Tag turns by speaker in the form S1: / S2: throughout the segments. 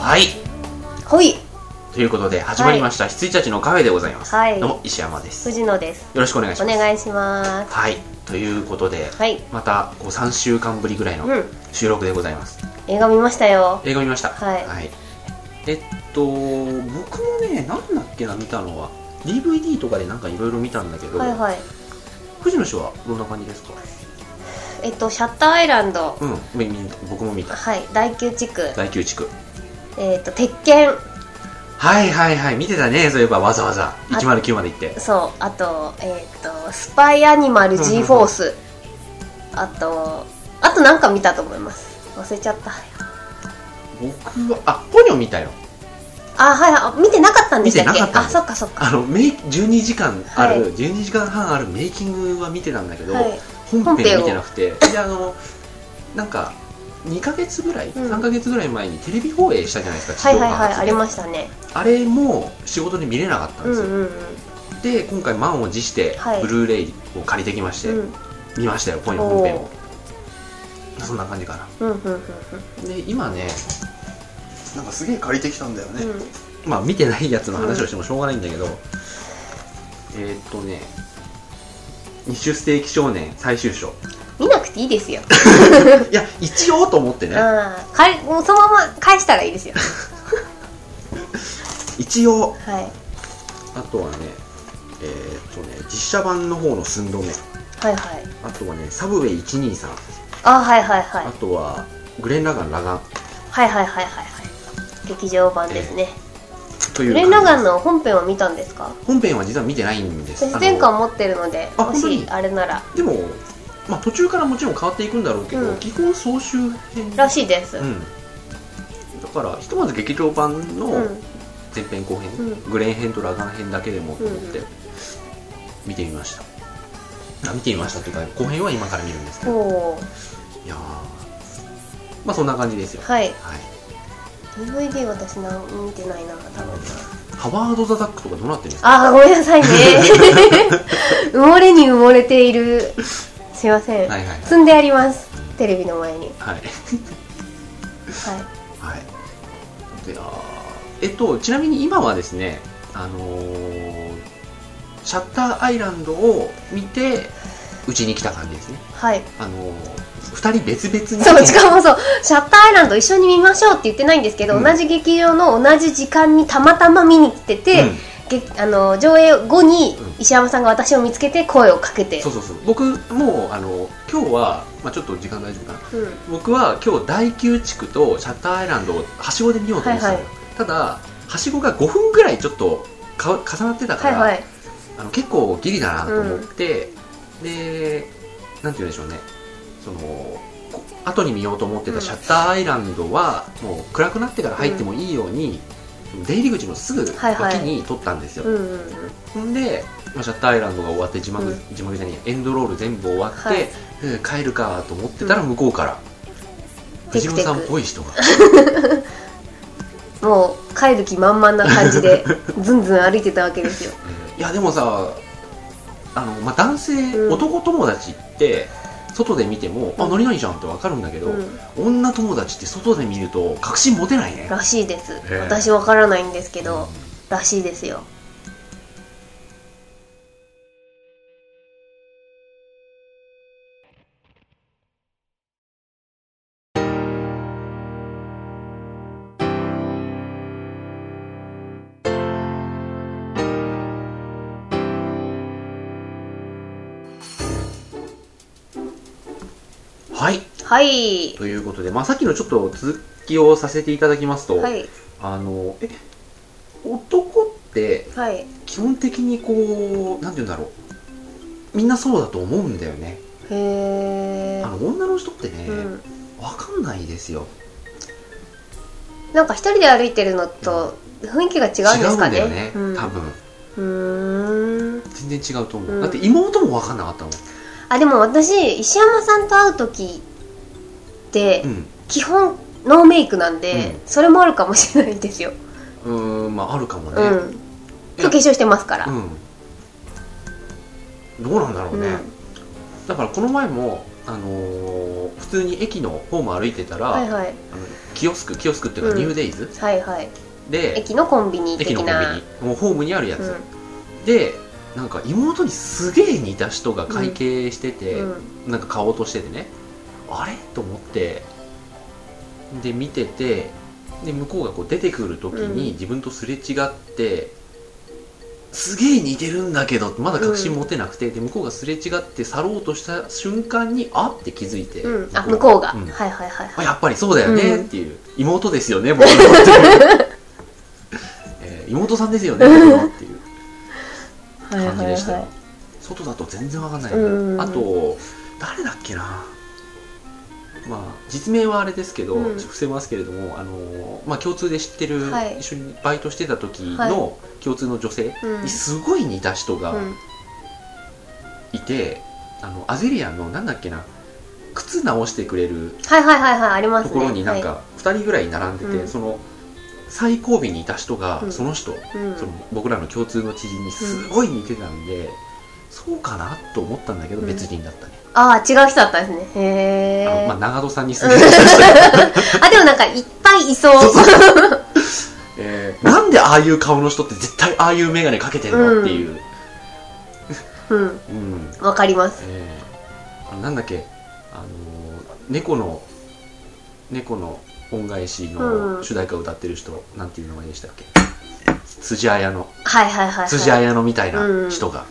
S1: はい
S2: ほい
S1: ということで始まりました、羊たちのカフェでございます、
S2: はい
S1: どうも石山ですよ
S2: 藤野です
S1: ろしくお願いし
S2: お
S1: ます
S2: 願いします
S1: はいということで、
S2: はい
S1: またこう3週間ぶりぐらいの
S2: うん
S1: 収録でございます、
S2: 映画見ましたよ
S1: 映画見ました
S2: はい
S1: えっと僕もねなんだっけな見たのは DVD とかでなんかいろいろ見たんだけど、
S2: はいはい
S1: 藤野氏はどんな感じですか
S2: えっとシャッターアイランド
S1: うんみみ僕も見た
S2: はい第9地区
S1: 大宮地区
S2: えっと鉄拳
S1: はいはいはい見てたねそういえばわざわざ109まで行って
S2: そうあとえっとスパイアニマル G フォースあとあとなんか見たと思います忘れちゃった
S1: 僕はあポニョ見たよ
S2: あはいはいあ見てなかったんでしたっけ
S1: 見てなかった
S2: あ
S1: の
S2: そっかそっか
S1: あのメイ12時間ある、
S2: はい
S1: 12時間半あるメイキングは見てたんだけど、
S2: はい
S1: 本編見
S2: 本
S1: て
S2: 編を
S1: なくてであのなんか2ヶ月ぐらい、
S2: うん
S1: 3ヶ月ぐらい前にテレビ放映したじゃないですか
S2: はいはい
S1: 発
S2: はい
S1: で
S2: ありましたね
S1: あれも仕事で見れなかったん
S2: う
S1: で
S2: ん
S1: す
S2: う
S1: よ、
S2: んうん
S1: で今回満を持して、
S2: はい
S1: ブルーレイを借りてきまして、
S2: うん
S1: 見ましたよポニョ
S2: おー
S1: 本編をそんな感じかな
S2: うんうんうん
S1: で今ねなんかすげえ借りてきたんだよね、
S2: うんうん
S1: まあ見てないやつの話をしてもしょうがないんだけど、えーっとね20世紀少年最終章
S2: 見なくていいですよ
S1: いや一応と思ってね
S2: ああかえもうそのまま返したらいいですよ
S1: 一応
S2: はい
S1: あとはねえーっとね実写版の方の寸止め
S2: はいはい
S1: あとはねサブウェイ123
S2: あはいはいはい
S1: あとはグレン・ラガン・ラガン
S2: はいはいはいはいはい劇場版ですね
S1: という感
S2: グレ
S1: じ
S2: ン・ラガンの本編は見たんですか
S1: 本編は実は見てないんです
S2: 私前
S1: あ
S2: 回
S1: の
S2: 持ってるので
S1: あ
S2: も
S1: 本当
S2: し
S1: に
S2: あれなら
S1: でも、まあ、途中からもちろん変わっていくんだろうけど、
S2: うん
S1: 基本総集編
S2: らしいですう
S1: うんんだからひとまず劇場版の、
S2: うん
S1: 前編後編、
S2: うん
S1: グレーン編とラガン編だけでもと思って
S2: うん
S1: 見てみました、あ見てみましたというか後編は今から見るんですけど、
S2: おー
S1: いやーまあそんな感じですよ
S2: はい
S1: はい、
S2: DVD 私な見てないな多分
S1: ハワード・ザ・ザックとかどうなってるんですか
S2: あーごめんな さいね埋もれに埋もれているすいません、
S1: はいはいはい
S2: 積んでありますテレビの前に
S1: は
S2: は
S1: い
S2: い
S1: はいであーえっとちなみに今はですねあのーシャッターアイランドを見てうちに来た感じですね
S2: はい
S1: あのー、2人別々に
S2: そうしかもそうシャッターアイランド一緒に見ましょうって言ってないんですけど、
S1: うん
S2: 同じ劇場の同じ時間にたまたま見に来てて、
S1: うん
S2: げあの上映後に
S1: うん
S2: 石山さんが私を見つけて声をかけて
S1: そうそうそう僕もうあの今日は、まあ、ちょっと時間大丈夫かな
S2: うん
S1: 僕は今日第9地区とシャッターアイランドをはしごで見ようと思ってたの、
S2: はいは
S1: ただはしごが5分ぐらいちょっとか重なってたか
S2: はい
S1: ら、
S2: はい
S1: あの結構ギリだなと思って、でなんて言うんでしょうねそのこ後に見ようと思って
S2: う
S1: た
S2: ん
S1: シャッターアイランドはもう暗くなってから入ってもいいように、出入り口のすぐ
S2: はいは
S1: 脇
S2: い
S1: に撮ったんですよ、
S2: うんうんうん
S1: ほんで、まあ、シャッターアイランドが終わって字幕、
S2: うん
S1: 字幕じゃないエンドロール全部終わって、
S2: はい
S1: うん帰るかと思ってたら向こうから、
S2: テ
S1: 藤
S2: クテク
S1: 野さんっぽい人が
S2: もう帰る気満々な感 じでずんずん歩いてたわけですよ
S1: いやでもさあの、まあ、男性、
S2: うん
S1: 男友達って外で見ても、あ
S2: うん
S1: 何々じゃんってわかるんだけど、
S2: うん
S1: 女友達って外で見ると確信持てないね
S2: らしいです、
S1: え
S2: 私わからないんですけど、らしいですよ
S1: はい
S2: はい
S1: ということで、まあ、さっきのちょっと続きをさせていただきますと、
S2: はい
S1: あのえ男って
S2: はい
S1: 基本的にこうなんて言うんだろうみんなそうだと思うんだよね
S2: へえ
S1: あの女の人ってね、
S2: うん
S1: わかんないですよ
S2: なんか一人で歩いてるのと雰囲気が違うんですかね。
S1: 違うんだよね、
S2: うん、
S1: 多分
S2: うーん。
S1: 全然違うと思う、
S2: うん
S1: だって妹もわかんなかったもん
S2: あでも私石山さんと会う時って
S1: うん
S2: 基本ノーメイクなんで、
S1: う
S2: それもあるかもしれないですよ。
S1: うーんまああるかもね
S2: うん。今日化粧してますから。
S1: うんどうなんだろうね、
S2: うん
S1: だからこの前もあのー普通に駅のホーム歩いてたら、
S2: はいはい
S1: あのキオスクキオスクっていうか、
S2: うん
S1: ニューデイズ
S2: はいはい
S1: で
S2: 駅のコンビニ
S1: 駅
S2: 的
S1: のコンビ
S2: な
S1: ニもうホームにあるやつ、
S2: うん
S1: でなんか妹にすげえ似た人が会計してて、
S2: うん
S1: なんか買おうとしててねあれと思ってで見ててで向こうがこう出てくる時
S2: うん
S1: に自分とすれ違って、すげえ似てるんだけどまだ確信持てなくて、で向こうがすれ違って去ろうとした瞬間にあって気づいて、
S2: うんあ向こうが、
S1: ん
S2: はいはいはいは
S1: あ
S2: い
S1: やっぱりそうだよね
S2: うん
S1: っていう、妹ですよね僕のっていう、 えー妹さんですよね僕のっていう
S2: はい
S1: 感じでしたよ、
S2: はいはい
S1: 外だと全然わかんない、
S2: うん
S1: あと誰だっけなまあ実名はあれですけど、
S2: うん
S1: 伏せますけれどもあの、まあ、共通で知ってる、
S2: はい
S1: 一緒にバイトしてた時
S2: はい
S1: の共通の女性
S2: うん
S1: にすごい似た人が
S2: うん
S1: いて、あのアゼリアンのなんだっけな靴直してくれる
S2: はいはいはいはいあります
S1: と
S2: ね
S1: ころになん
S2: は
S1: か2人ぐらい並んでて、
S2: うん
S1: その最後尾にいた人が、
S2: うん
S1: その人、
S2: いうん
S1: その僕らの共通の知人にすごい似てたんで、そうかなと思ったんだけど、
S2: うん
S1: 別人だったね、
S2: ああ違う人だったんですねへ
S1: あ
S2: え、
S1: のまあ、長戸さんにす
S2: うん
S1: げえ似てましたけど
S2: あでもなんかいっぱいいそう
S1: そうそう えーなんでああいう顔の人って絶対ああいう眼鏡かけてるのっていう、
S2: うん
S1: うん
S2: わかります
S1: えーあのなんだっけ、あのー猫の猫の恩返し
S2: う
S1: の
S2: ん
S1: 主題歌を歌ってる人、なんていう名前でしたっけ辻彩乃
S2: はいはいはい、はい、
S1: 辻彩乃みたいな人 が、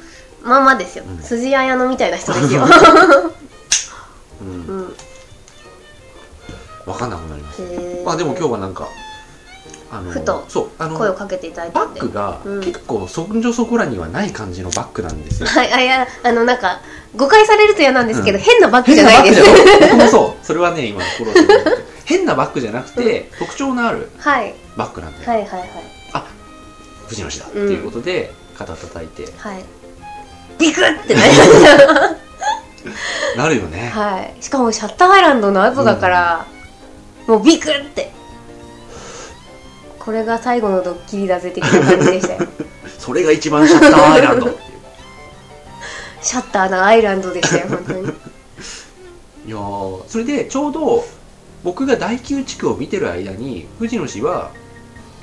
S2: まあまあですよ、
S1: うん
S2: 辻彩乃みたいな人ですよ、
S1: うん
S2: う、ん、へ
S1: 分かんなくなります
S2: え
S1: まあでも今日はなんかあの
S2: ふと
S1: そうあの
S2: 声をかけていただいた
S1: バ
S2: ん
S1: ッ
S2: で
S1: グが
S2: うん
S1: 結構そんじょそこらにはない感じのバッグなんですよ
S2: はいあいやあのなんか誤解されると嫌なんですけど、
S1: うん
S2: 変なバッグ じゃないです
S1: 変なバッグじゃない僕もそうそれはね今フォローしてる変なバッグじゃなくて特徴のある
S2: はい
S1: バッグなんで、
S2: はいはいはい
S1: 藤野氏だっていうことで肩叩いて
S2: はいビクってなりました
S1: なるよね
S2: はいしかもシャッターアイランドの後だから、もうビクってこれが最後のドッキリだぜ的な感じでし たよ
S1: それが一番シャッターアイラ ンドっていう
S2: シャッターのアイランドでしたよ本当に
S1: いやーそれでちょうど僕が大宮地区を見てる間に藤野氏は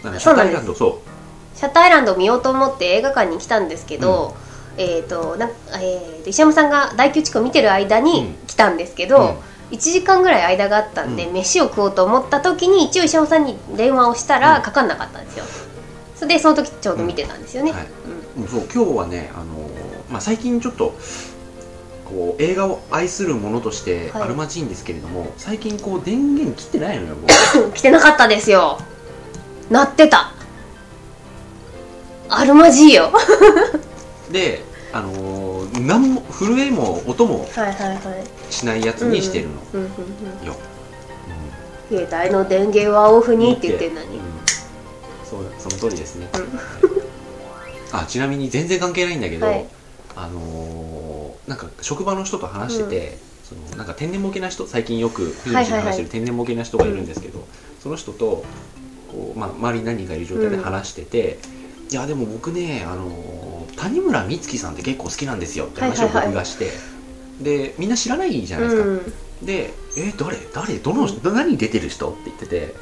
S1: なんかシャッターアイランドそう
S2: シャッターアイランドを見ようと思って映画館に来たんですけど、えーとなんえーと石山さんが大宮地区を見てる間に来たんですけど、
S1: うん
S2: 1時間ぐらい間があったんで、
S1: うん
S2: 飯を食おうと思った時に一応石山さんに電話をした
S1: う
S2: ら
S1: ん
S2: かかんなかったんですよ。それでその時ちょうど見てたんですよね。
S1: はい
S2: うん
S1: もうそう今日はね、あのーまあ、最近ちょっとこう映画を愛するものとして
S2: はい
S1: あるまじいんですけれども、最近こう電源切ってないのよ僕
S2: 来てなかったですよ。鳴ってた。あるまじいよ。は
S1: で、あのー、なんも震えも音も
S2: いはいはい。
S1: しないやつにしてるの、
S2: うんうん
S1: よ、
S2: うん。携帯の電源はオフ
S1: うん
S2: にって言ってんの
S1: う
S2: に
S1: ん。そうその通りですね、
S2: うん
S1: あちなみに全然関係ないんだけど、
S2: はい
S1: あのーなんか職場の人と話してて、そのなんか天然ボケな人最近よく藤野氏が
S2: はいはい
S1: 話し
S2: は
S1: て
S2: い
S1: る天然ボケな人がいるんですけど、その人とこう、まあ、周りに何人かいる状態で話してて、いやでも僕ね、あのー谷村美月さんって結構好きなんですよって話を
S2: はいはいはい
S1: 僕がして、でみんな知らないじゃないですか、
S2: うん。
S1: で「え誰誰どの、何に出てる人?」って言ってて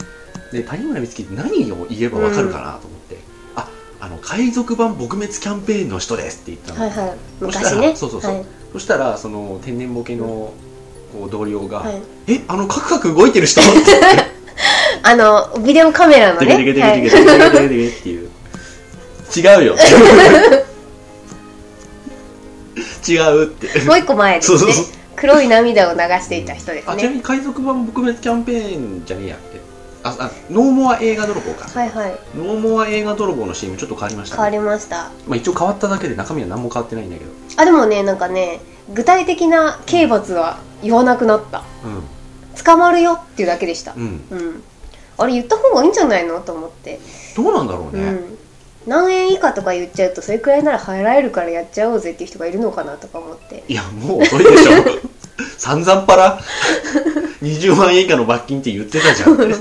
S1: で谷村美月って何を言えばわかるかなと思って「ああの海賊版撲滅キャンペーンの人です」って言ったの、
S2: はいはい。
S1: そしたら
S2: 昔ね。
S1: そうそうそう
S2: はい
S1: そしたらその天然ボケのこう同僚が「
S2: はい
S1: えあのカクカク動いてる人?」って言って
S2: あの、ビデオカメラ
S1: 「
S2: の
S1: デ
S2: ね。
S1: ケデケデケデケデケ
S2: はい
S1: デケデケ」っていう「違うよ」違うって
S2: もう一個前です
S1: そう
S2: ね。
S1: そうそう
S2: 黒い涙を流していた人です
S1: あちなみ
S2: ね。
S1: に海賊版撲滅キャンペーンじゃねえやってああノーモア映画泥棒か、
S2: はいはい。
S1: ノーモア映画泥棒の CM ちょっと変わりまし
S2: 変
S1: た
S2: わ
S1: ね
S2: りました。
S1: まあ、一応変わっただけで中身は何も変わってないんだけど、
S2: あ、でもね、なんかね、具体的な刑罰は言わなくなった。
S1: う
S2: 捕まるよっていうだけでした。
S1: んうん、
S2: うん。あれ言った方がいいんじゃないのと思って。
S1: どうなんだろう
S2: う
S1: ね、
S2: ん。何円以下とか言っちゃうと、それくらいなら払えるからやっちゃおうぜっていう人がいるのかなとか思って。
S1: いやもう遅いでしょ 散々パラ20万円以下の罰金って言ってたじゃんって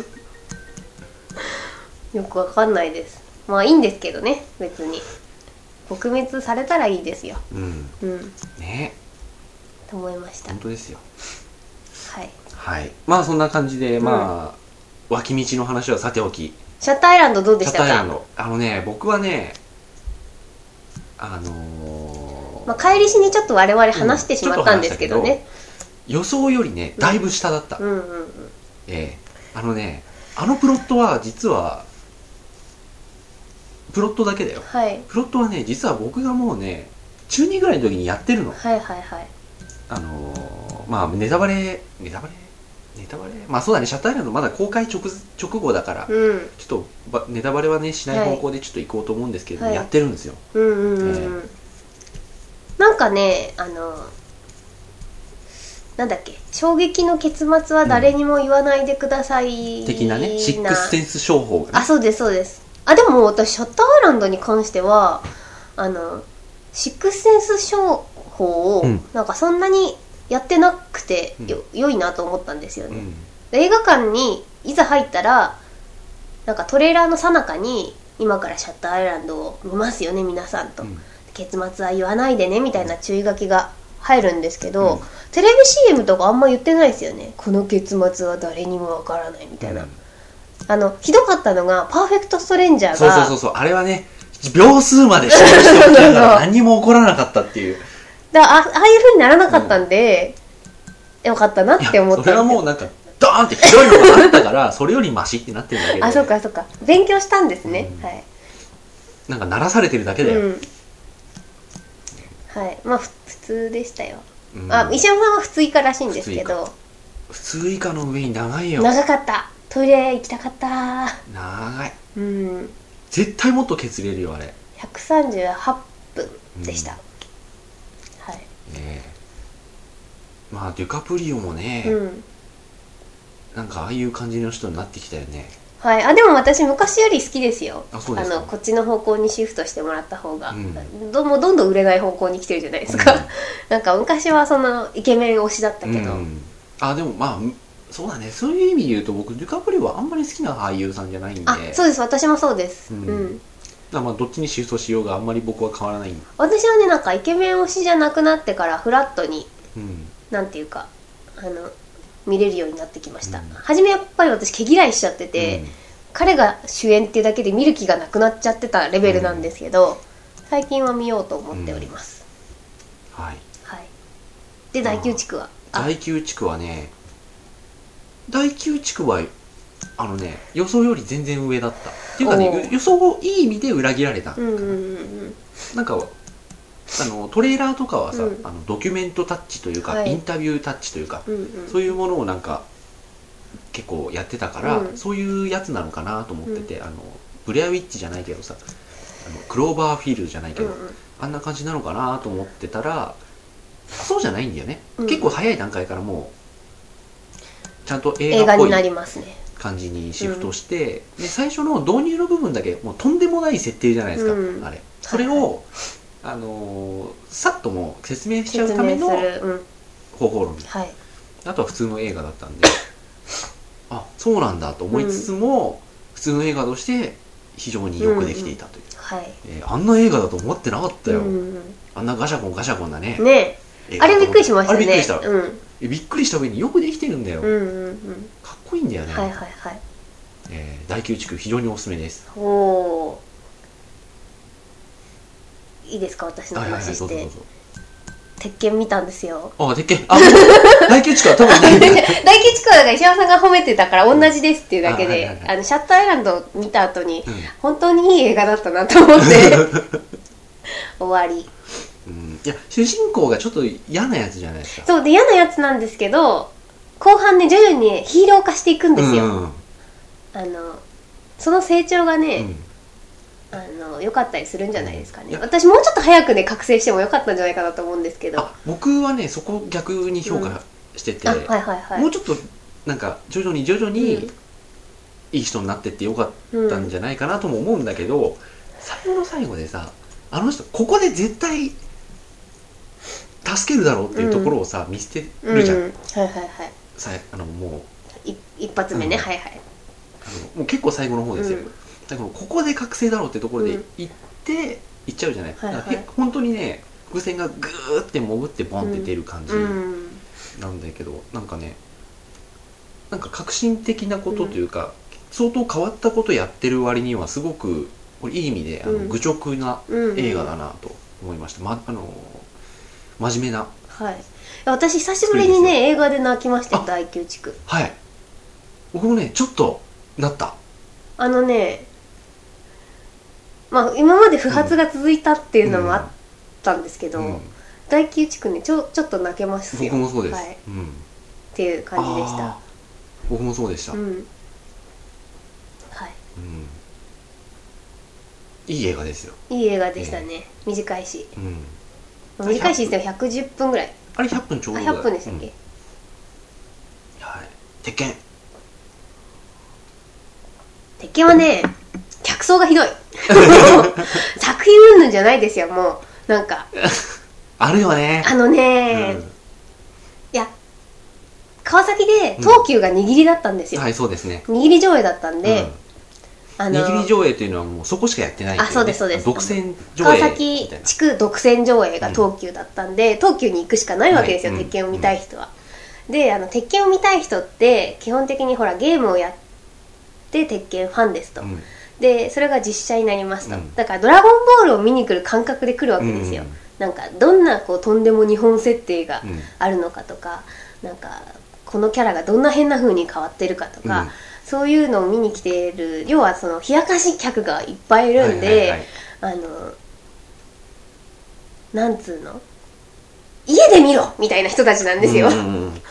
S2: よくわかんないです。まあいいんですけどね、別に。撲滅されたらいいですよ。
S1: うん
S2: うん。
S1: ね
S2: と思いました
S1: 本。当ですよ
S2: はい
S1: はい。まあそんな感じで、
S2: うん
S1: まあ、脇道の話はさておき、
S2: シャッターアイランドどうで
S1: シャッ
S2: し
S1: ター
S2: た
S1: アイラン
S2: か、
S1: ド。あのね、僕はね、あのー
S2: まあ、帰りしにちょっと我々話してしまったんですけどね、
S1: 予想よりね、だいぶ下だった。
S2: うん、うんうん
S1: ええあのね、あのプロットは実は、プロットだけだよ。
S2: はい
S1: プロットはね、実は僕がもうね、中2ぐらいの時にやってるの。
S2: はいはいはい
S1: あのーまあ、ネタバレ、ネタバレネタバレまあそうだね、シャッターアイランドまだ公開直直後だから、
S2: うん
S1: ちょっとばネタバレはね、しない方向でちょっと行こうと思うんですけれども、
S2: はい
S1: やってるんですよ。
S2: うんうんうんうん、なんかねあのなんだっけ衝撃の結末は誰にも言わないでください
S1: 的なね、シックスセンス商法が
S2: あ
S1: ね。
S2: そうですそうですあでも私シャッターアイランドに関してはあのシックスセンス商法を、
S1: うん
S2: なんかそんなにやってなくて
S1: うん
S2: よ、良いなと思ったんですよ
S1: う
S2: ね、
S1: ん。
S2: 映画館にいざ入ったらなんかトレーラーの最中に今からシャッターアイランドを見ますよね皆さんと、
S1: うん
S2: 結末は言わないでねみたいな注意書きが入るんですけ
S1: う
S2: ど、
S1: ん
S2: テレビ CM とかあんま言ってないですよねこの結末は誰にもわからないみたいな、あのひどかったのがパーフェクトストレンジャーが
S1: そうそうそうそう、あれはね、秒数まで示しておきながら何も起こらなかったっていう。
S2: だからあああいう風にならなかったんで、よかったなって思った
S1: そ
S2: んです
S1: れは
S2: よ
S1: もうなんか、ドーンってひどいのがあったから、それよりマシってなってるんだけど、
S2: あそうかそうか勉強したんですね、
S1: うん
S2: はい
S1: なんか鳴らされてるだけだよ。
S2: うんはいまあふ普通でしたよ、
S1: うん
S2: あ石山さんは普通以下らしいんですけど
S1: 普通以下の上に長いよ。
S2: 長かったトイレ行きたかった
S1: 長い。
S2: うん
S1: 絶対もっと削れるよ、あれ。ね
S2: 138分でした、はい
S1: えまあ、デュカプリオもね、
S2: うん
S1: なんかああいう感じの人になってきたよね。
S2: はい、あでも私昔より好きですよ
S1: あそうですか
S2: のこっちの方向にシフトしてもらった方が、
S1: うん
S2: どうもどんどん売れない方向に来てるじゃないですか、
S1: うん
S2: なんか昔はそのイケメン推しだったけど、
S1: うんあ、でもまあ、そうだね、そういう意味で言うと僕、デュカプリオはあんまり好きな俳優さんじゃないんで、
S2: あそうです私もそうです、
S1: う
S2: うんん
S1: だからまあどっちにシフトしようがあんまり僕は変わらないん
S2: 私はねなんかイケメン推しじゃなくなってからフラットに
S1: うん、
S2: なんていうかあの見れるようになってきました、
S1: うん
S2: 初めやっぱり私毛嫌いしちゃってて、彼が主演っていうだけで見る気がなくなっちゃってたレベルなんですけど、最近は見ようと思っております、
S1: うんはい
S2: はいで大宮地区はあ
S1: 第9地区はね第9地区はあのね予想より全然上だったっていうか
S2: お
S1: ね
S2: う
S1: 予想をいい意味で裏切られた、
S2: うんうんうん
S1: なんかあのトレーラーとかはさ、
S2: うん
S1: あのドキュメントタッチというか、
S2: はい
S1: インタビュータッチというか
S2: うんうん
S1: そういうものをなんか結構やってたから、
S2: うん
S1: そういうやつなのかなと思ってて、あのブレアウィッチじゃないけどさあのクローバーフィールドじゃないけ
S2: う
S1: ど、
S2: んうん
S1: あんな感じなのかなと思ってたらそうじゃないんだよね、
S2: うん
S1: 結構早い段階からもうちゃんと映
S2: 映
S1: 画
S2: 画
S1: っぽ
S2: に
S1: い
S2: なりますね
S1: 感じにシフトして、で最初の導入の部分だけもうとんでもない設定じゃないですか、
S2: うん
S1: あれそれを、あのーさっともう説明しちゃう
S2: 説
S1: ため
S2: 明す
S1: の
S2: るうん
S1: 方法論
S2: はい
S1: あとは普通の映画だったんで あそうなんだと思いつつも、普通の映画として非常によくできていたという、
S2: はい
S1: えーあんな映画だと思ってなかったよ、
S2: うんうん
S1: あんなガシャコンガシャコンだね
S2: うんね
S1: 映画だ
S2: あれ
S1: と思
S2: びっくりしました
S1: あ
S2: ね
S1: れびっくりした、
S2: うん
S1: えびっくりした上によくできてるんだよ、
S2: う
S1: かっ
S2: んうんうん
S1: こいいんだよね、
S2: はいはいはい
S1: えー第9地区非常におすすめです
S2: おおーいいですか私の
S1: はいはいはい
S2: 話
S1: どうぞ
S2: し
S1: ど
S2: て
S1: うぞ
S2: 鉄拳見たんですよ
S1: あでっけえあもう 第9地区は多分ないんだ
S2: 大吉君はだから石山さんが褒めてたから同じですっていうだけ
S1: あ
S2: で、
S1: はいはいはい
S2: あのシャッターアイランド見た後に
S1: うん
S2: 本当にいい映画だったなと思って終わり
S1: うん、いや主人公がちょっと嫌なやつじゃないですか
S2: そうで嫌なやつなんですけど後半ね徐々にねヒーロー化していくんですよ、
S1: うん
S2: あのその成長が
S1: う
S2: ね
S1: ん、
S2: あの良かったりするんじゃないですか
S1: い
S2: ね
S1: や
S2: 私もうちょっと早くね覚醒しても良かったんじゃないかなと思うんですけどあ
S1: あ僕はねそこ逆に評価してて、
S2: はいはいはい
S1: もうちょっとなんか徐々に徐々
S2: う
S1: に
S2: ん
S1: いい人になってってよかっ
S2: う
S1: たん
S2: ん
S1: じゃないかなとも思うんだけど、最後の最後でさあの人ここで絶対助けるだろうっていうところをさ、見捨てるじゃん、
S2: うんうんはいはいは
S1: さあのもう
S2: いい一発目ね、
S1: うん
S2: はいはい
S1: あのもう結構最後の方ですよ、
S2: うん
S1: だからここで覚醒だろうってところで
S2: うん
S1: 行って、行っちゃうじゃない、
S2: はいは
S1: だ
S2: い
S1: からへ本当にね伏線がグーって潜ってボンって出る感じ
S2: うん
S1: なんだけど、なんかねなんか革新的なことというか、相当変わったことやってる割にはすごくこれいい意味であの、
S2: うん
S1: 愚直な
S2: うん、
S1: 映画だなと思いました、まあの真面目な
S2: はい私久しぶりに
S1: いい
S2: ね映画で泣きました
S1: あ
S2: よ第9地区
S1: はい僕もねちょっとなった
S2: あのねまあ今まで不発が続いたっていうのもあったんですけど、
S1: うん
S2: 第9地区ねちょちょっと泣けますよ
S1: 僕もそうです、
S2: はい、っ
S1: うん
S2: ていう感じでし
S1: あ
S2: た
S1: ー僕もそうでした、
S2: う
S1: うん
S2: んはい
S1: いい映画ですよ、
S2: いい映画でしたね、短いし
S1: うん、
S2: 短いしでも110分ぐらい
S1: あれ100分ちょ
S2: あ
S1: うど
S2: 100分でしたっけ、
S1: うんはい鉄拳
S2: 鉄拳はね客層が ひどい作品云々じゃないですよもうなんか
S1: あるよね
S2: あのね、いや川崎で東急が握りだったんです
S1: うん
S2: よ、
S1: はいそうですね
S2: 握り上映だったんで、あの
S1: 握り上映というのはもうそこしかやってないっていね
S2: あそうですそうです
S1: 独占上映
S2: 川崎
S1: みたいな
S2: 地区独占上映が東急だったんで、東急に行くしかないわけですよ、
S1: はい
S2: 鉄拳を見たい人は。であの鉄拳を見たい人って基本的にほらゲームをやって鉄拳ファンですと、
S1: うん
S2: でそれが実写になりますと、
S1: うん
S2: だから「ドラゴンボール」を見に来る感覚で来るわけですよ、
S1: うん
S2: なんかどんなこうとんでも日本設定が
S1: うん
S2: あるのかとかなんかこのキャラがどんな変な風に変わってるかとか、
S1: うん
S2: そういうのを見に来てる要はその冷やかし客がいっぱいいるんで、
S1: はいはいはい
S2: あのなんつうの家で見ろみたいな人たちなんですよ、
S1: うんうんうん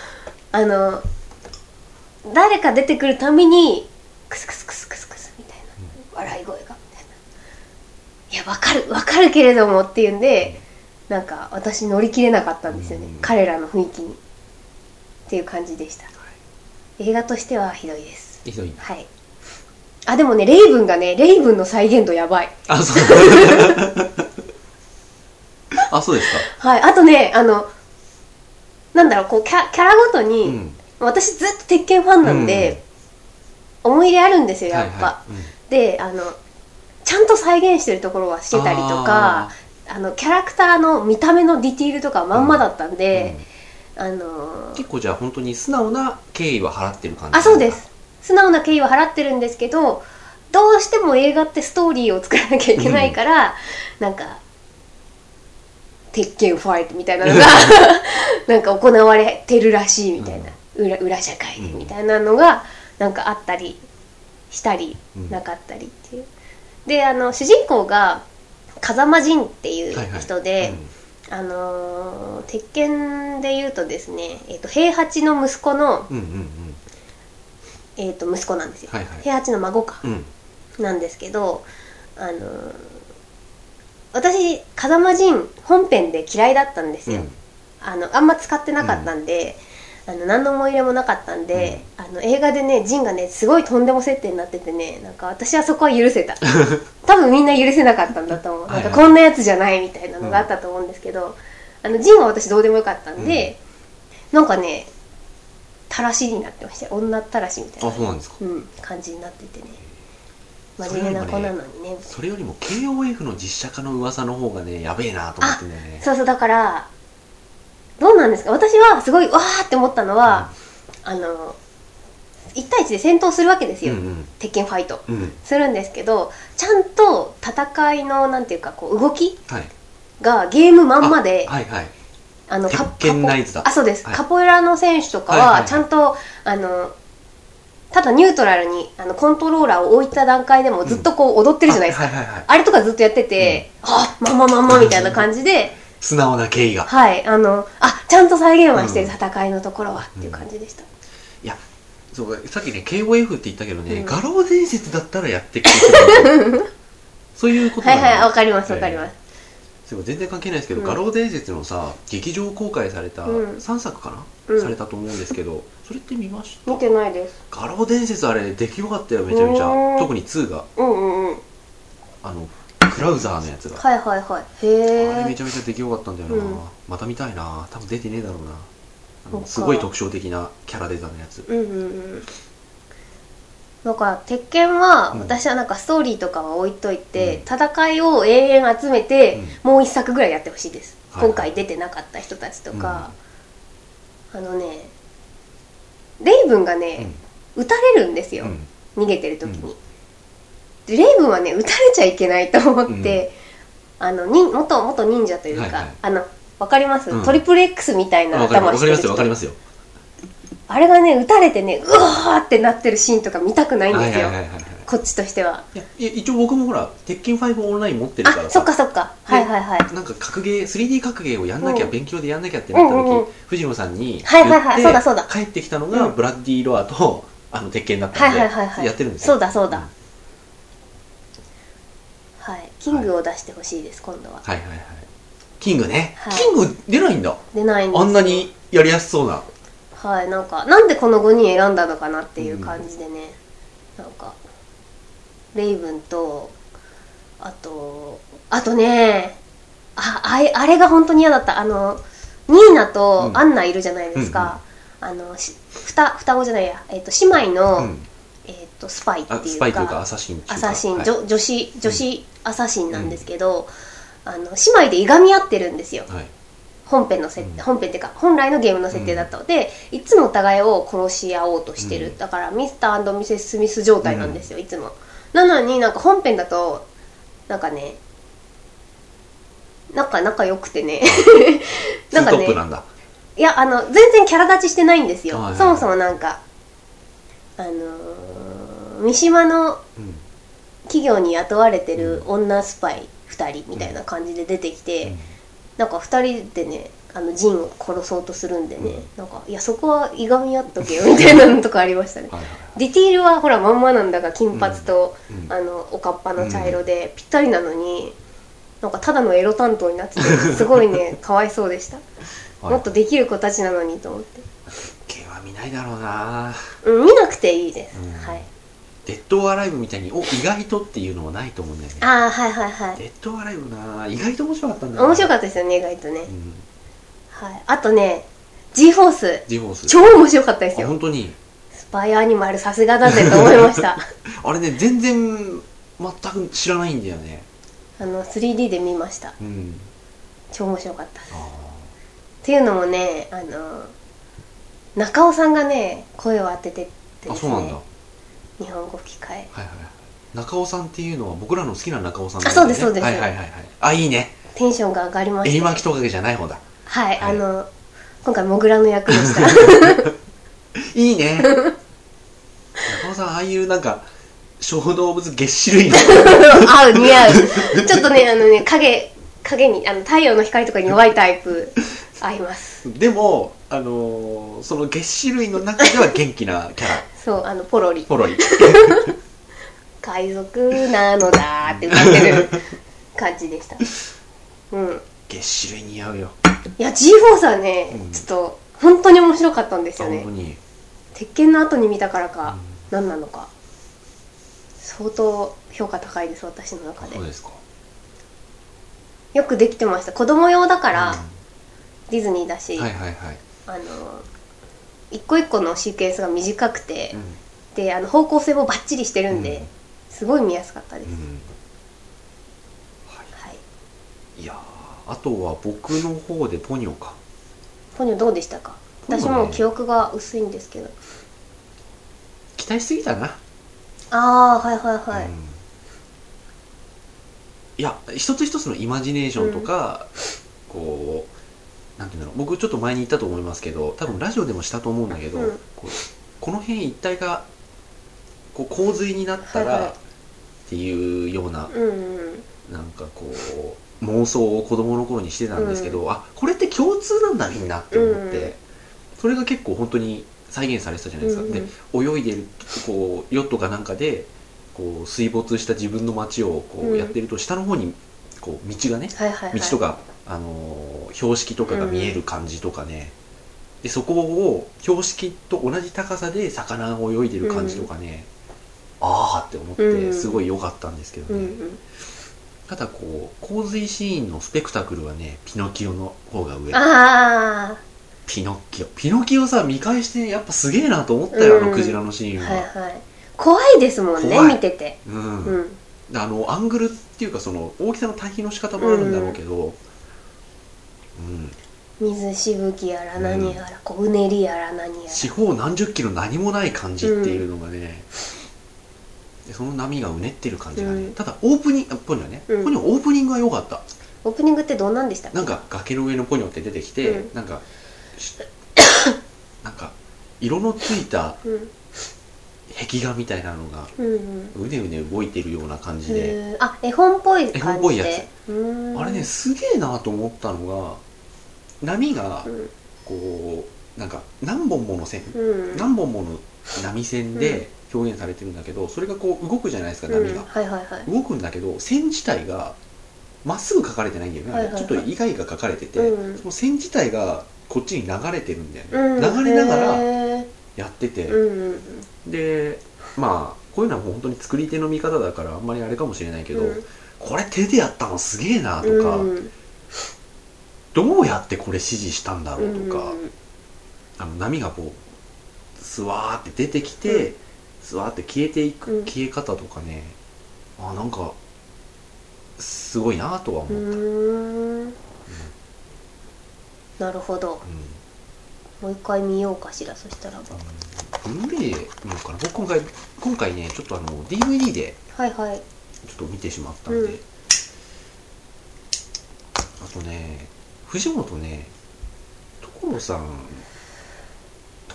S2: あの誰か出てくるたびにクスクスクスクスクスみたいな笑い声がみたいないやわかるわかるけれどもっていうんでなんか私乗り切れなかったんですよね、
S1: うん
S2: 彼らの雰囲気にっていう感じでした、映画としてはひどいです
S1: ひどいな
S2: はいあでもねレイブンがねレイブンの再現度やばい
S1: あそうあそうですか
S2: はいあとねあのなんだろうこうキャキャラごとに、
S1: うん
S2: 私ずっと鉄拳ファンなんで、思い入れあるんですよやっぱ、
S1: はいはいうん
S2: であのちゃんと再現してるところはしてたりとか
S1: あ
S2: あのキャラクターの見た目のディティールとかはまんまだったんで、あのー
S1: 結構じゃあ本当に素直な敬意は払ってる感じ
S2: あそうです素直な敬意は払ってるんですけどどうしても映画ってストーリーを作らなきゃいけないから、なんか鉄拳ファイトみたいなの がなんか行われてるらしいみたいな、裏裏社会でみたいなのがなんかあったりしたり
S1: うん
S2: なかったりっていう。であの主人公が風間仁っていう
S1: はいはい
S2: 人で、あのー鉄拳で言うとですね、えっと平八の息子の、
S1: うんうんうんうん
S2: えっと息子なんですよ、
S1: はいはい
S2: 平八の孫か、
S1: うん
S2: なんですけど、あのー私風間仁本編で嫌いだったんです
S1: う
S2: よ、
S1: ん
S2: あのあんま使ってなかったんで、あの何の思い入れもなかったんで、あの映画でねジンがねすごいとんでも設定になっててねなんか私はそこは 許せた多分みんな許せなかったんだと思うなん
S1: は
S2: か
S1: いはい
S2: こんなやつじゃないみたいなのがあったと思うんですけど、あのジンは私どうでもよかったんで、なんかねたらしになってました女たらしみたい
S1: あ
S2: な
S1: そうなんですか
S2: うん、感じになっててね真面目な子なのにね
S1: それよりも KOF の実写化の噂の方がねやべえなと思ってんだよね
S2: そうそうだからどうなんですか私はすごいわーって思ったのは、あの1対1で戦闘するわけです
S1: う
S2: よ、
S1: んうん
S2: 鉄拳ファイト
S1: うん
S2: するんですけどちゃんと戦いのなんていうかこう動き
S1: はい
S2: がゲームまんまで
S1: はいはい
S2: あのカ
S1: 鉄拳ナイツだ
S2: カポあそうです、
S1: はい
S2: カポエラの選手とか
S1: はいはいは
S2: はいちゃんと、あのただニュートラルにあのコントローラーを置いた段階でもずっとこう踊ってるじゃないですか、
S1: はいはいはい
S2: あれとかずっとやってて、あまんままんまみたいな感じで、
S1: 素直な敬意が
S2: はい、あの、あちゃんと再現はしてる、
S1: うん
S2: 戦いのところはっていう感じでした。
S1: いやそうかさっきね KOF って言ったけどね、
S2: うん
S1: 画廊伝説だったらやってくれる そういうこと
S2: は
S1: ないの
S2: はい、わかります、わかります。
S1: そういえば全然関係ないですけど「
S2: うん
S1: 画廊伝説」のさ劇場公開された
S2: うん
S1: 3作かな、
S2: うん
S1: されたと思うんですけどそれって見ました
S2: 見てないです。
S1: 画廊伝説あれ出来よかったよめちゃめち
S2: へ
S1: ゃ
S2: ー
S1: 特に2が
S2: うんうんうん。
S1: あのクラウザーのやつが、
S2: はいはいはい。
S1: あれめ
S2: へえ。
S1: ちゃめちゃ出来よかったんだよな、
S2: うん
S1: また見たいな多分出てねえだろうなあ
S2: そ
S1: の
S2: っか
S1: すごい特徴的なキャラデザのやつ
S2: うんうんうん。だから鉄拳は、
S1: うん
S2: 私はなんかストーリーとかは置いといて、
S1: うん
S2: 戦いを永遠集めて、もう一作ぐらいやってほしいです、
S1: はいはい
S2: 今回出てなかった人たちとか、あのねレイブンがね、撃たれるんですよ、
S1: うん
S2: 逃げてる時に、
S1: う
S2: でレイブンはね撃たれちゃいけないと思って、あのに元元忍者というか、
S1: はいはい
S2: あのわかります、
S1: うん
S2: トリプル X みたいな
S1: わかり
S2: 頭
S1: わ
S2: し
S1: か
S2: て
S1: り
S2: る
S1: ます
S2: 人
S1: よわかりますよ
S2: あれがね撃たれてねうわーってなってるシーンとか見たくないん
S1: はい
S2: で
S1: はい
S2: すよ、
S1: はいはいはい
S2: こっちとしてはい
S1: やいや一応僕もほら鉄拳5オンライン持ってるから
S2: あそっかそっかはいはいはい
S1: なんか格ゲー 3D 格ゲーをやんなきゃ、
S2: うん
S1: 勉強でやんなきゃってなった時、
S2: うんうんうん
S1: 藤野さんに言って、
S2: はいはいはいそうだそうだ
S1: 帰ってきたのが、
S2: うん
S1: ブラッディロアとあの鉄拳だったんで、
S2: はいはいはいはい
S1: やってるんですよ
S2: そうだそうだ
S1: ん
S2: はいキングを出してほしいです今度は
S1: はいはいはいキングね、
S2: はい
S1: キング出ないんだ
S2: 出ないんです
S1: あ
S2: よ
S1: んなにやりやすそうな
S2: はいなんかなんでこの5人選んだのかなっていう感じでね、なんかレイブンとあとあとねああいあれが本当に嫌だったあのニーナと
S1: うん
S2: アンナいるじゃないですか、あのし双双子じゃないや、えっと姉妹の、
S1: うん
S2: えっとスパイって
S1: あ
S2: い
S1: ス
S2: う
S1: パ
S2: か
S1: イというかアサシンっていうか
S2: アサシン、
S1: はい、
S2: 女女子女子アサシンなんですけど、あの姉妹でいがみ合ってるんですよ
S1: はい
S2: 本編の設定、
S1: うん
S2: 本編っていうか本来のゲームの設定だったので、いつもお互いを殺し合おうとしてる、
S1: うん
S2: だからミスターミセス・スミス状態なんですよ、いつもなのになんか本編だとなんかねなんか仲良く てね
S1: ツ
S2: なん
S1: ー
S2: か
S1: トップ
S2: ね
S1: なんだ
S2: いやあの全然キャラ立ちしてないんですよ、
S1: はいはい
S2: そもそもなんかあのー三島の
S1: うん
S2: 企業に雇われてる女スパイ2人みたいな感じで出てきて、なんか2人でねあのジンを殺そうとするんでね、
S1: うん
S2: なんかいやそこはいがみ合っとけよみたいなのとかありましたね
S1: はいはい
S2: ディティールはほらまんまなんだが金髪と、
S1: うん
S2: あのおかっぱの茶色でぴったりなのに、なんかただのエロ担当になっててすごい ねかわいそうでした、
S1: はい
S2: もっとできる子たちなのにと思って、
S1: 系は見ないだろうな
S2: うん、見なくていいです、
S1: うん
S2: はい
S1: デッドオアライブみたいにお意外とっていうのはないと思うんだよね
S2: ああはいはいはい
S1: デッドアライブな意外と面白かったんだよな
S2: 面白かったですよね意外とね、
S1: うん
S2: はい、あとね G フォース
S1: ディフォース
S2: 超面白かったです
S1: あ
S2: よ
S1: 本当に
S2: スパイアニマルさすがだぜと思いました
S1: あれね全然全く知らないんだよね
S2: あの 3D で見ました
S1: うん
S2: 超面白かったですっ
S1: あ
S2: ていうのもねあの中尾さんがね声を当ててって
S1: ー
S2: で
S1: あ
S2: す
S1: そうなんだ
S2: ね
S1: は
S2: 日本語吹き替
S1: い
S2: え
S1: はいはい中尾さんっていうのは僕らの好きな中尾さんなん
S2: あそうですそうです
S1: はいはいはいはいあいいね
S2: テンションが上がりま
S1: エリ
S2: し
S1: マ
S2: た
S1: キトカゲじゃない方だ
S2: はい、
S1: はい
S2: あの今回モグラの役でした
S1: いい ね中尾さんああいうなんか小動物げっ歯類の
S2: 合う似合うちょっとねあのね影影にあの太陽の光とかに弱いタイプ合います
S1: でもあのーそのげっ歯類の中では元気なキャラ
S2: そうあのポロリ
S1: ポロリ
S2: 海賊なのだーって歌ってる感じでしたうん
S1: げっ歯類似合うよ
S2: いや G フォースはね、
S1: うん
S2: ちょっと本当に面白かったんですよ
S1: 本
S2: ね
S1: 当に
S2: 鉄拳の後に見たからか、何なのか相当評価高いです私の中で
S1: そうですか
S2: よくできてました子供用だから、ディズニーだ
S1: う
S2: し、
S1: んはいはいはい、
S2: あの一個一個のシーケンスが短くて、
S1: うん
S2: であの方向性もバッチリしてるんで、
S1: うん
S2: すごい見やすかったです、
S1: は
S2: はい
S1: い、いやーあとは僕の方でポニョか
S2: ポニョどうでしたか
S1: ポニョ
S2: 私
S1: ね
S2: もう記憶が薄いんですけど
S1: 期待しすぎたな
S2: ああはいはいはい、
S1: うんいや一つ一つのイマジネーションとか、こうなんていうんだろう僕ちょっと前に言ったと思いますけど多分ラジオでもしたと思うんだけど、
S2: うん
S1: こうこの辺一帯がこう洪水になった
S2: はいは
S1: ら
S2: い
S1: っていうような
S2: うんうん
S1: なんかこう妄想を子供の頃にしてたんですけど、あこれって共通なんだみんなって思って、
S2: うん
S1: それが結構本当に再現されてたじゃないですか、
S2: うんうん
S1: で泳いでるこうヨットかなんかでこう水没した自分の街をこ
S2: う
S1: うんやってると、下の方にこう道がね
S2: はいはいは
S1: 道
S2: い
S1: とか、あのー標識とかが見える感じとかね、でそこを標識と同じ高さで魚が泳いでる感じとかね、ああって思っ
S2: う
S1: て
S2: ん
S1: すごい良かったんですけど
S2: う
S1: ね。
S2: んうん
S1: ただこう洪水シーンのスペクタクルはねピノキオの方が上
S2: あ
S1: ピノキオピノキオさ見返してやっぱすげえなと思ったよ、
S2: うん
S1: あのクジラのシー
S2: あ
S1: ンは、
S2: はいはい怖いですもんね
S1: 怖い
S2: 見てて
S1: うん
S2: うん
S1: であのアングルっていうかその大きさの対比の仕方もあるんだろうけどうん、
S2: 水しぶきやら何やら、こううねりやら何やら
S1: 四方何十キロ何もない感じっていうのがね、でその波がうねってる感じがね、
S2: うん
S1: ただオープニングポニョね、
S2: うん
S1: ポニョオープニングは良かった
S2: オープニングってどんなんでしたっけ
S1: なんか崖の上のポニョって出てきて、
S2: うん
S1: なんかし なんか色のついた
S2: うん
S1: 壁画みたいなのが
S2: うんうん
S1: うねうね動いてるような感じで、
S2: へーあ絵本っぽい感じで
S1: 絵本っぽいや
S2: つ
S1: あれねすげえなと思ったのが波が
S2: うん
S1: こうなんか何本もの線、
S2: うん
S1: 何本もの波線で表現されてるんだけどそれがこう動くじゃないですか波
S2: うん
S1: が、
S2: はいはいはい
S1: 動くんだけど線自体がまっすぐ描かれてないんだよね、
S2: はいはいはい
S1: ちょっと意外が描かれてて、
S2: うん
S1: その線自体がこっちに流れてるんだよね、
S2: う
S1: 流
S2: ん
S1: れながら
S2: へ
S1: やってて、
S2: ーうんうん
S1: でまあこういうのはもう本当に作り手の見方だからあんまりあれかもしれないけど、
S2: うん
S1: これ手でやったのすげえなとか、
S2: うん
S1: どうやってこれ指示したんだろうとか、
S2: うん
S1: あの波がこうスワーって出てきて、スワーって消えていく、
S2: うん
S1: 消え方とかねあなんかすごいなとは思
S2: う
S1: う、うん
S2: ーんなるほどもう一回見ようかしらそしたらば
S1: あのブルーレイ見ようかな僕今回今回ねちょっとあの DVD で
S2: はいはい
S1: ちょっと見てしまったんで、
S2: うん
S1: あとね藤本ね所さん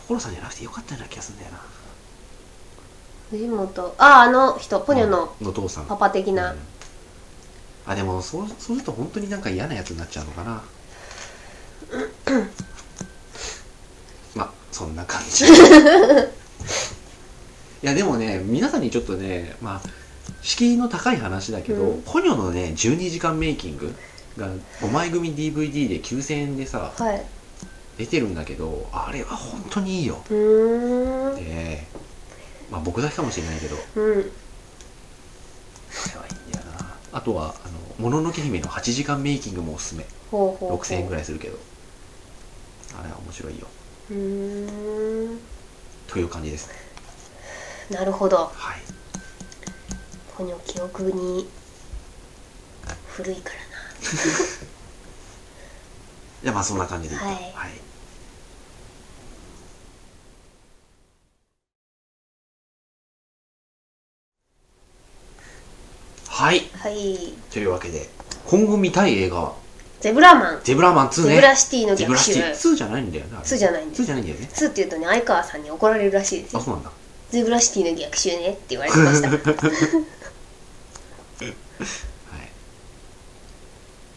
S1: 所さんじゃなくてよかったような気がするんだよな
S2: 藤本ああの人ポニョの
S1: の父さん
S2: パパ的な、
S1: うんあでもそうそうすると本当になんか嫌なやつになっちゃうのか なまあそんな感 じいやでもね皆さんにちょっとねまあ敷居の高い話だけど、
S2: うん
S1: ポニョのね12時間メイキングが5枚組 DVD で9000円でさ
S2: はいう
S1: 出てるんだけどあれは本当にいいよ
S2: ーん
S1: でまあ僕だけかもしれないけど
S2: うん
S1: これはいいんだよなあとはあの「もののけ姫」の8時間メイキングもおすすめ
S2: ほうほうほう
S1: 6000円ぐ
S2: らい
S1: らいするけどあれは面白いよ
S2: うーん
S1: という感じですね
S2: なるほど
S1: はい
S2: ポニョ記憶に古いからな
S1: じゃあまあそんな感じでいいか
S2: はい
S1: はい、はい
S2: はい
S1: というわけで今後見たい映画は
S2: ゼブラマン
S1: 「ゼブラマン2」ね
S2: ゼブラシティの
S1: ゼブ
S2: 逆
S1: ラシ
S2: 襲
S1: ティ2じゃないんだよな
S2: 2じゃないんだよ
S1: 2じゃないんだよね
S2: 2って言うとね相川さんに怒られるらしいです
S1: あ
S2: よ
S1: そうなんだ
S2: ゼブラシティの逆襲ねって言われてまし た
S1: はい。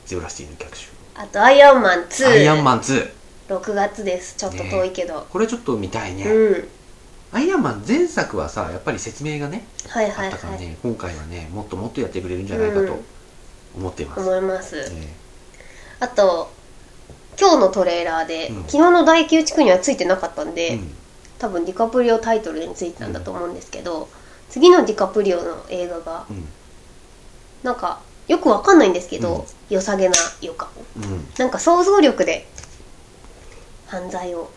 S1: ゼブラシティの逆襲。
S2: あとアイアンマン2
S1: アイアンマン2。
S2: 6月ですちょっと遠いけど、
S1: これちょっと見たいね。
S2: うん
S1: アイアンマン前作はさ、やっぱり説明がね、
S2: はいはい
S1: あったから
S2: はい、
S1: ね、今回はね、もっともっとやってくれるんじゃないかと思っています。
S2: 思います、
S1: え
S2: あと今日のトレーラーで、
S1: うん
S2: 昨日の第9地区にはついてなかったん
S1: え
S2: で、
S1: うん
S2: 多分ディカプリオタイトルについてたんだと思うんですけど、次のディカプリオの映画がなんかよくわかんないんですけど、良さげな予感
S1: うん。うん。
S2: なんか想像力で犯罪を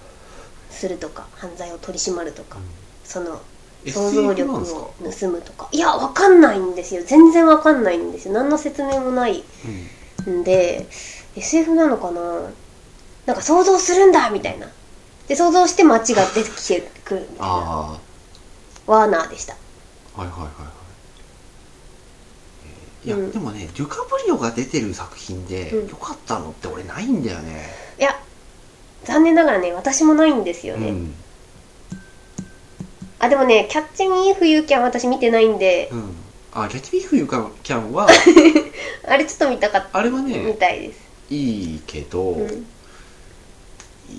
S2: するとか犯罪を取り締まるとか、その想像
S1: SF
S2: 力
S1: なんですか
S2: を盗むとかいやわかんないんですよ全然わかんないんですよ何の説明もない
S1: うん。
S2: んで SF なのかななんか想像するんだみたいなで想像して街が出てきてくるみたいな
S1: あ
S2: ワーナーでした
S1: あ、はいはいはいはい。えーいや、
S2: うん
S1: でもね、デュカプリオが出てる作品で、
S2: うん
S1: よかったのって俺ないんだよね。
S2: いや残念ながらね私もないんですよ
S1: う
S2: ね、
S1: ん。
S2: あでもね「キャッチ・ミー・フユーキャン」私見てないんで
S1: うん。あ、キャッチビーフユカキャン は、
S2: あれちょっと見たかった
S1: あれはね、
S2: みたいです、
S1: いいけど、
S2: うん、い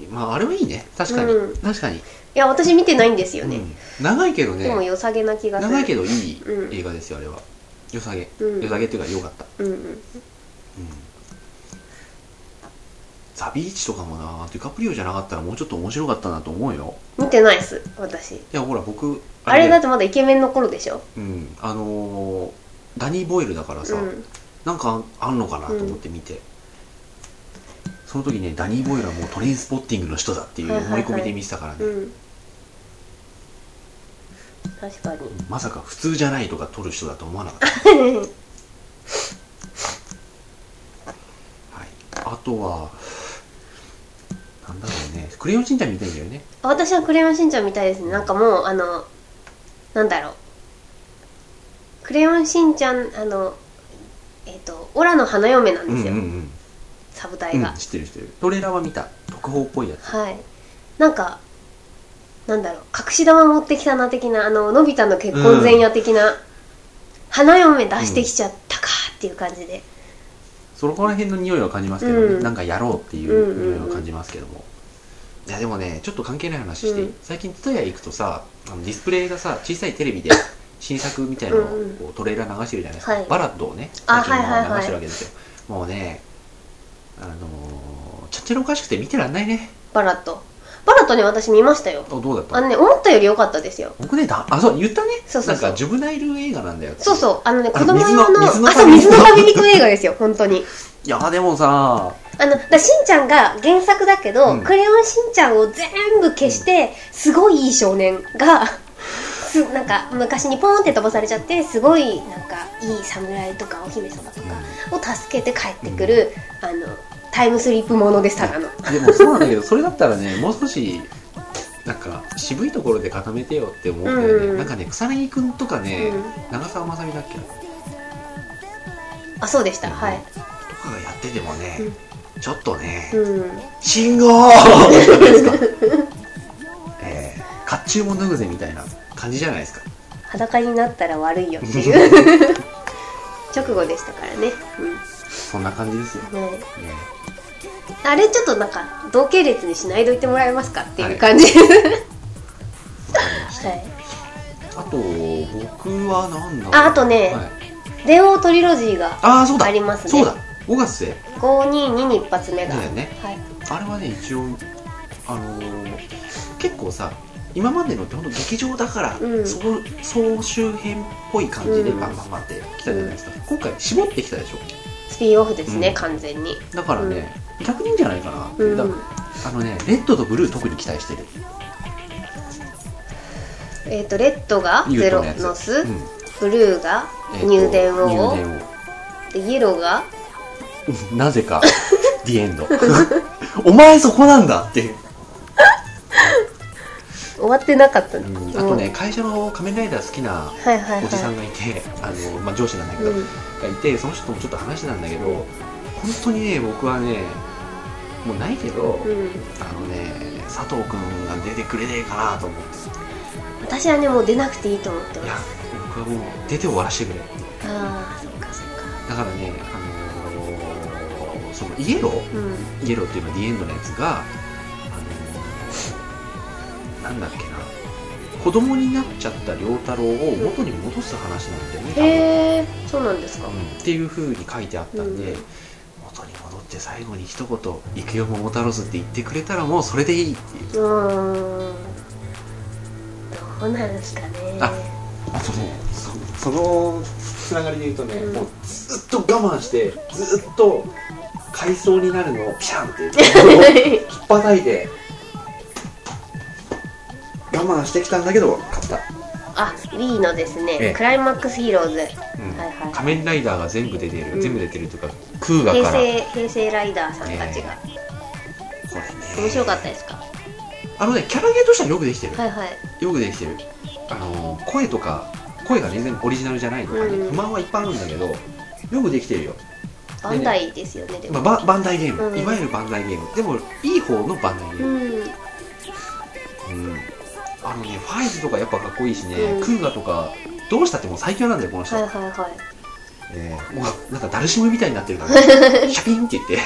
S1: いいまああれはいいね確かに、
S2: うん
S1: 確かに、
S2: や私見てないんですよね、
S1: うん長いけど
S2: でも
S1: ね
S2: 良さげな気がする
S1: 長いけどいい
S2: うん
S1: 映画ですよあれは良さげ
S2: うん
S1: 良さげっていうか良かった、
S2: うんうん
S1: うんザビーチとかもなデュカプリオじゃなかったらもうちょっと面白かったなと思うよ
S2: 見てないっす私
S1: いやほら僕
S2: あれ
S1: だ
S2: だってまだイケメンの頃でしょ
S1: うんあのーダニー・ボイルだから
S2: う
S1: さ、
S2: ん
S1: なんかあんのかなと思って見て、その時ねダニー・ボイルはもうトレインスポッティングの人だっていう思い込みで見てたからね、
S2: うん確かに
S1: まさか普通じゃないとか撮る人だと思わなかった。はい、あととはなんだろうねクレヨンしんちゃんみたいんだよね
S2: 私はクレヨンしんちゃんみたいですねなんかもうあのなんだろうクレヨンしんちゃんあのえっ、とオラの花嫁なん
S1: う
S2: で
S1: ん
S2: す
S1: うん
S2: よ、
S1: うん
S2: サブタイが、
S1: うん、知ってる知ってるトレーラーは見た特報っぽいやつ
S2: はいなんかなんだろう隠し玉持ってきたな的なあののび太の結婚前夜的な、花嫁出してきちゃったかっていう感じで、
S1: そこら辺の匂いは感じますけどね、
S2: うん
S1: なんかやろうっていう匂いは感じますけども、いやでもねちょっと関係ない話して、
S2: うん
S1: 最近 TSUTAYA 行くとさあのディスプレイがさ小さいテレビで新作みたいなのを
S2: うんうん
S1: こうトレーラー流してるじゃないですか、
S2: はい
S1: バラッドをね最
S2: あ
S1: 近
S2: はいはいは
S1: 流
S2: い
S1: してるわけですよ、もうねあのー、ちゃっちゃらおかしくて見てらんないね
S2: バラッとバラッとね私見ましたよ
S1: あどうだっ
S2: あ
S1: た
S2: のね思ったより良かったですよ
S1: 僕ねだあそう言ったね
S2: そうそうそう
S1: なんかジュブナイル映画なんだよって
S2: そうそうあのね
S1: あ
S2: 子供用のあ
S1: 水の
S2: そう
S1: 水
S2: 水
S1: の
S2: の
S1: 旅
S2: 旅人映画ですよ本当に
S1: いやでもさ
S2: あのだからしんちゃんが原作だけど、
S1: うん
S2: クレヨンしんちゃんを全部消して、すごいいい少年が すなんか昔にポーンって飛ばされちゃってすごいなんかいい侍とかお姫様とかを助けて帰ってくる、あのタイムスリップものですただの
S1: でもそうなんだけど、それだったら ね、もう少し、なんか、渋いところで固めてよって思うんだよね。
S2: うん
S1: なんかね、草薙くんとかね、
S2: う
S1: 長澤まさみだっけと
S2: あそうでした、はい、
S1: かがやっててもね、ちょっとね、
S2: うん、
S1: 信号 じゃないですか。えー、甲冑も脱ぐぜみたいな感じじゃないです か。
S2: 裸になったら悪いよ っていう直後でしたからね、
S1: そんな感じですよ。ね
S2: うんはいあれちょっとなんか同系列にしないといてもらえますかっていう感じ、
S1: わかりまし
S2: はい
S1: たあと、僕はなんだろう
S2: ああとね
S1: はい
S2: 電王トリロジーが
S1: ああ、そうだ
S2: ありますね
S1: そうだ !5 月で
S2: 522に一発目が、
S1: だよね。
S2: はい、
S1: あれはね一応あのー結構さ今までのってほんと劇場だから、
S2: うん
S1: そう総集編っぽい感じで
S2: うん
S1: バンバンバンって来たじゃないですか、今回絞ってきたでしょ
S2: スピンオフですね、
S1: うん
S2: 完全に、
S1: だからね、逆にいいんじゃないかな、
S2: うん
S1: だあのねレッドとブルー特に期待してる
S2: えっ、とレッドが
S1: ユ
S2: ゼ
S1: ート
S2: ロ
S1: のやつ
S2: ノス、
S1: うん
S2: ブルーが
S1: えーと
S2: 入電王、
S1: 入電
S2: でイエローが
S1: 王なぜ かディエンド お前そこなんだって、
S2: 終わってなかったね、
S1: うんあとね、会社の仮面ライダー好きな
S2: うんはいはい
S1: おじさ
S2: は
S1: んがいて、あのまあ、上司なんだけ
S2: い、
S1: ど、
S2: うん、
S1: がいてその人ともちょっと話してたんだけど本当にね僕はねもうないけど、
S2: うん、
S1: あのね佐藤君が出てくれねえかなと思って
S2: 私はねもう出なくていいと思って
S1: いや
S2: ます
S1: 僕はもう出て終わらせてくれ
S2: ああそっかそっか
S1: だからねあのーそのイエロー
S2: うん
S1: イエローっていうのはディエンドのやつがあのーなんだっけな子供になっちゃった良太郎を元に戻す話なんだよね多分
S2: へえそうなんですか、
S1: っていう風に書いてあったんで、
S2: うん
S1: 元に戻って最後に一言「行くよ桃太郎ズ」って言ってくれたらもうそれでいいっていう
S2: うーんどうなんですかね
S1: ああとねそそのつながりで言うとね、
S2: うん
S1: もうずっと我慢してずっと回想になるのをピシャンって 引っ張たいで我慢してきたんだけど勝った、
S2: あ Wii のですね、
S1: ええ
S2: クライマックスヒーローズ、
S1: うん
S2: はいはい
S1: 仮面ライダーが全部出てる、
S2: うん
S1: 全部出てるというか空ガ
S2: 平
S1: からこれね
S2: 成平成ライダーさんたちが、面白かったですか
S1: あのねキャラゲーとしてはよくできてる、
S2: はいはい
S1: よくできてるあのー声とか声が全然オリジナルじゃないとかね、
S2: うん
S1: 不満はいっぱいあるんだけどよくできてるよ、
S2: バンダイですよねで
S1: ま
S2: も、
S1: あ、ババンダイゲーム、
S2: うん
S1: いわゆるバンダイゲームでもいい方のバンダイゲー
S2: う
S1: ム、
S2: ん
S1: うんあのねファイズとかやっぱかっこいいしね、
S2: うん
S1: クーガとかどうしたってもう最強なんだよこの人、
S2: はいはいはい
S1: ええもうなんかダルシムみたいになってる から、ね、シャピンって言って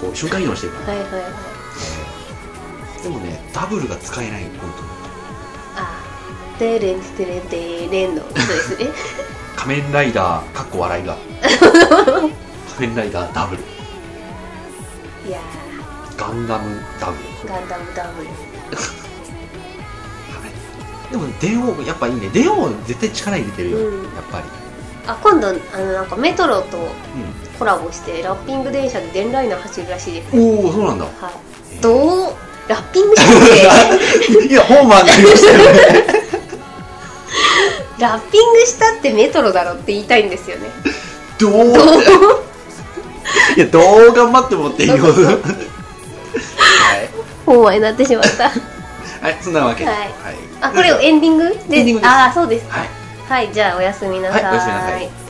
S1: こう瞬間移動してるから、
S2: はいはいはい
S1: ええでもねダブルが使えない本当に
S2: あデレンテレンテレンのそうです ね
S1: 仮面ライダーかっこ笑い が仮面ライダーダブル
S2: いや
S1: ガンダムダブル
S2: ーガンダムダブル
S1: でもね電王やっぱいいね電王絶対力入れてるよ、
S2: うん
S1: やっぱり、
S2: あ今度あのなんかメトロと
S1: う
S2: コラボしてラッピング電車で電ライナー走るらしいです
S1: ん、おおそうなんだ
S2: はいどうラッピング車って
S1: いやホーマーになりました よね
S2: ラッピングしたってメトロだろって言いたいんですよね
S1: どういやどう頑張ってもっていう はい
S2: 本話になってしまった。
S1: はい、そんなわけで。
S2: はい
S1: い
S2: あ、これをエンディングで
S1: エンディングです
S2: ああ、そうです。
S1: はい。
S2: はい、じゃあおやすみなさ
S1: はいおやすみなさい
S2: い